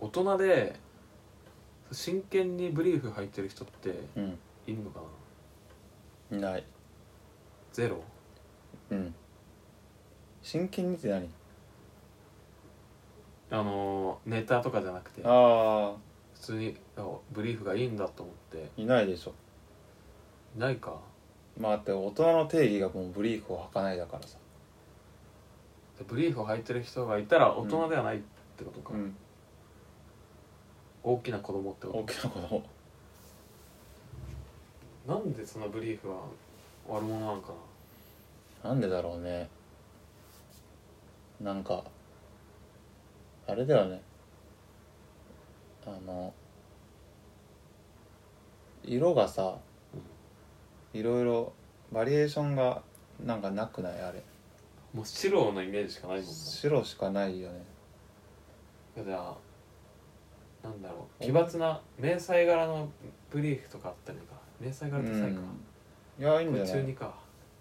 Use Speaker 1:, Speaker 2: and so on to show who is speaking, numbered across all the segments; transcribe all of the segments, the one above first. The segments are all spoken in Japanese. Speaker 1: 大人で真剣にブリーフ履いてる人って
Speaker 2: うん
Speaker 1: いるのかない
Speaker 2: ない
Speaker 1: ゼロ
Speaker 2: うん真剣にって何
Speaker 1: あのーネタとかじゃなくて普
Speaker 2: あ
Speaker 1: 通にあブリーフがいいんだと思って
Speaker 2: あいないでしょ
Speaker 1: いないか
Speaker 2: まあだって大人の定義がもうブリーフを履かないだからさ
Speaker 1: ブリーフを履いてる人がいたら大人ではないってことか、
Speaker 2: うん
Speaker 1: 大きな子供ってこ
Speaker 2: 大きな子供
Speaker 1: となんでそのブリーフは悪者なのかな
Speaker 2: なんでだろうねなんかあれだよねあの色がさいろいろバリエーションがなんかなくないあれ
Speaker 1: もう白のイメージしかないもんね
Speaker 2: 白しかないよね
Speaker 1: だからなんだろう奇抜な迷彩柄のブリーフとかあったりとか迷彩
Speaker 2: う
Speaker 1: 柄ってさいか、
Speaker 2: んいやいいん
Speaker 1: こ
Speaker 2: じゃ
Speaker 1: れ
Speaker 2: な
Speaker 1: 中二
Speaker 2: い
Speaker 1: か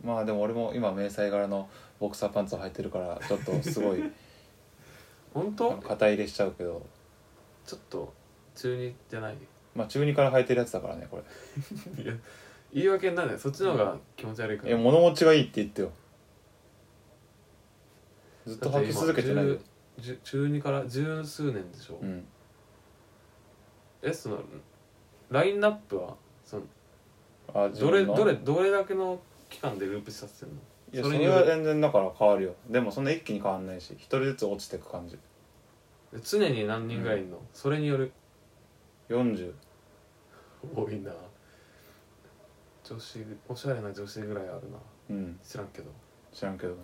Speaker 2: まあでも俺も今迷彩柄のボクサーパンツを履いてるからちょっと すごい
Speaker 1: 本
Speaker 2: あ
Speaker 1: 当
Speaker 2: の肩入れしちゃうけど
Speaker 1: ちょっと中二じゃない
Speaker 2: まあ中二から履いてるやつだからねこれ
Speaker 1: いや言い訳になるねそっちの方が気持ち悪いか
Speaker 2: いや
Speaker 1: ら
Speaker 2: 物持ちがいいって言ってよずっと履き続けてない
Speaker 1: だ
Speaker 2: よ
Speaker 1: っ、今中中二から十数年でしょ、
Speaker 2: うん、
Speaker 1: えそのラインナップはその
Speaker 2: あ
Speaker 1: どれ
Speaker 2: 自分の
Speaker 1: どれどれだけの期間でループさせてんの
Speaker 2: いや
Speaker 1: そ
Speaker 2: そ
Speaker 1: れに
Speaker 2: れ
Speaker 1: よる
Speaker 2: は全然だから変わるよでもそんな一気に変わんないし一人ずつ落ちてく感じ
Speaker 1: 常に何人ぐらいいるの、それによる
Speaker 2: 40
Speaker 1: 多いな女子おしゃれな女子ぐらいあるな
Speaker 2: うん
Speaker 1: 知らんけど
Speaker 2: 知らんけどな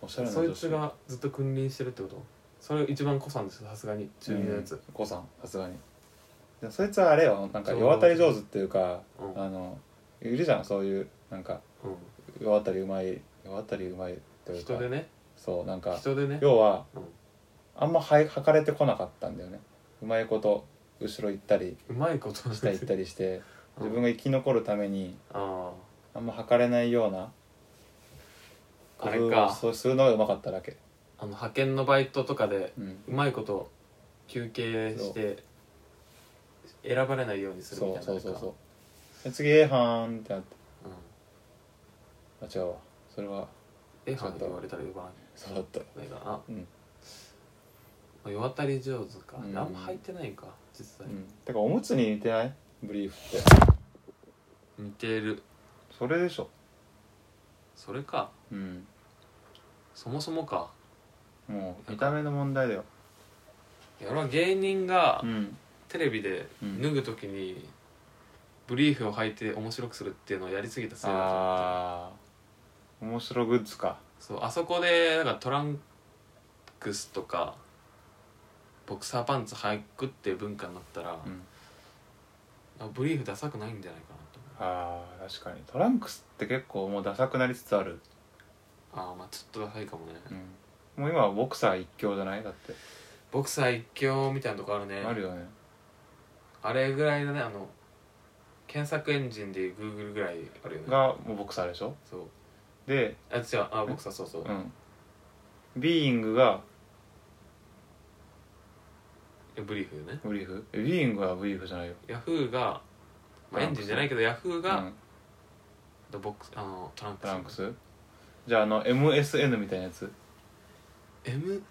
Speaker 2: おしゃれな
Speaker 1: そ
Speaker 2: 女
Speaker 1: い
Speaker 2: 子
Speaker 1: つがずっと君臨してるってことそれ一番子さんですよさすがに中二のやつ、
Speaker 2: うん、さんさすがにでもそいつはあれよなんか世渡り上手っていうか、
Speaker 1: うん
Speaker 2: あのいるじゃんそういうなんか
Speaker 1: うん
Speaker 2: 世渡りうまい世渡りうまいというか
Speaker 1: 人でね
Speaker 2: そうなんか
Speaker 1: 人でね
Speaker 2: 要は
Speaker 1: うん
Speaker 2: あんまは履かれてこなかったんだよねうまいこと後ろ行ったり
Speaker 1: うまいこと
Speaker 2: 下行ったりして
Speaker 1: うん
Speaker 2: 自分が生き残るために
Speaker 1: あ
Speaker 2: あんま履かれないような
Speaker 1: ああ
Speaker 2: 工
Speaker 1: れ
Speaker 2: 夫を
Speaker 1: か
Speaker 2: そうするのがうまかっただけ、
Speaker 1: あの派遣のバイトとかで
Speaker 2: うん、
Speaker 1: うまいこと休憩して選ばれないようにするみ
Speaker 2: そ
Speaker 1: た
Speaker 2: う
Speaker 1: いな
Speaker 2: そ
Speaker 1: の
Speaker 2: う
Speaker 1: か
Speaker 2: そうそうで次 A 班ってなって
Speaker 1: うん
Speaker 2: あ違うわそれは
Speaker 1: えはって言われたら呼ば
Speaker 2: そうだった
Speaker 1: ないかな、
Speaker 2: うん
Speaker 1: まあ、世渡り上手か、
Speaker 2: うん
Speaker 1: 何も入ってないんか実際、
Speaker 2: うんてかおむつに似てないブリーフって
Speaker 1: 似てる
Speaker 2: それでしょ
Speaker 1: それか
Speaker 2: うん
Speaker 1: そもそもか
Speaker 2: もう見た目の問題だよ
Speaker 1: いや俺は芸人が
Speaker 2: うん
Speaker 1: テレビで
Speaker 2: うん
Speaker 1: 脱ぐ時にブリーフを履いて面白くするっていうのをやりすぎたせいだと思って
Speaker 2: ああ面白グッズか
Speaker 1: そうあそこでなんかトランクスとかボクサーパンツ履くっていう文化になったら
Speaker 2: う、ん
Speaker 1: あブリーフダサくないんじゃないかなと思う
Speaker 2: あー確かにトランクスって結構もうダサくなりつつある、
Speaker 1: ああまあちょっとダサいかもね、
Speaker 2: もう今はボクサー一強じゃないだって、
Speaker 1: ボクサー一強みたいなとこあるね
Speaker 2: あるよね
Speaker 1: あれぐらいだねあの検索エンジンで Google ぐらいあるよね
Speaker 2: がもうボクサーでしょ
Speaker 1: そう
Speaker 2: で
Speaker 1: あ違うあボクサーそうそう、
Speaker 2: うんビーイングが
Speaker 1: えブリーフよね
Speaker 2: ブリーフえビーイングはブリーフじゃないよ
Speaker 1: ヤフーが、まあ、エンジンじゃないけどヤフー
Speaker 2: う
Speaker 1: が、
Speaker 2: ん、
Speaker 1: ドボックスあのトランクス
Speaker 2: トランクスじゃああの MSN みたいなやつ
Speaker 1: M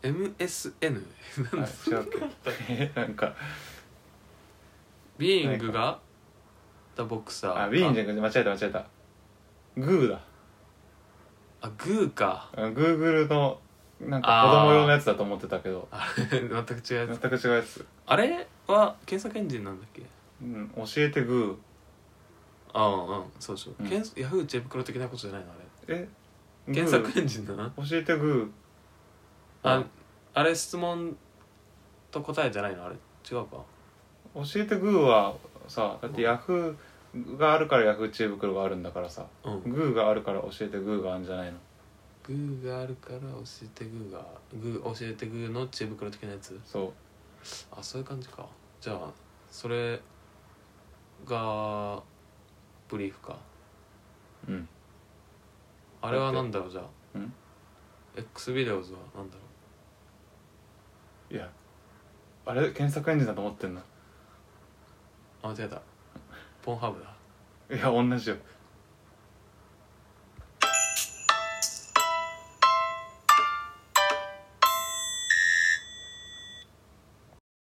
Speaker 1: MSN なんだ
Speaker 2: はい違うっ けなんか
Speaker 1: ビーイングがザボクサー
Speaker 2: あビーイングじゃなくて間違えた間違えたグーだ
Speaker 1: ああグー か
Speaker 2: あのグーグルのなんか子供用のやつだと思ってたけど
Speaker 1: あれ全く違うや
Speaker 2: 全
Speaker 1: つ
Speaker 2: く違うやつ、
Speaker 1: あれは検索エンジンなんだっけ
Speaker 2: うん、教えてグー
Speaker 1: ああうんそうでしょ、
Speaker 2: うん
Speaker 1: 検索ヤフー知恵袋的なことじゃないのあれ
Speaker 2: え
Speaker 1: 検
Speaker 2: グ
Speaker 1: 索エンジンだな
Speaker 2: ー教えてグー
Speaker 1: ああれ質問と答えじゃないのあれ違うか
Speaker 2: 教えてグーはさだってヤフーがあるからヤフー知恵袋があるんだからさ
Speaker 1: うんグ
Speaker 2: グーがあるから教えてグーがあるんじゃないの
Speaker 1: ーがあるから教えてグーがグー教えてグーの知恵袋的なやつ
Speaker 2: そ
Speaker 1: あそういう感じかじゃあそれがブリーフか
Speaker 2: ううん
Speaker 1: あれはなんだろうじゃあ
Speaker 2: うん
Speaker 1: X ビデオズはなんだろ
Speaker 2: いやあれ検索エンジンだと思ってんの
Speaker 1: あ間違えたポンハブだ
Speaker 2: いや同じよ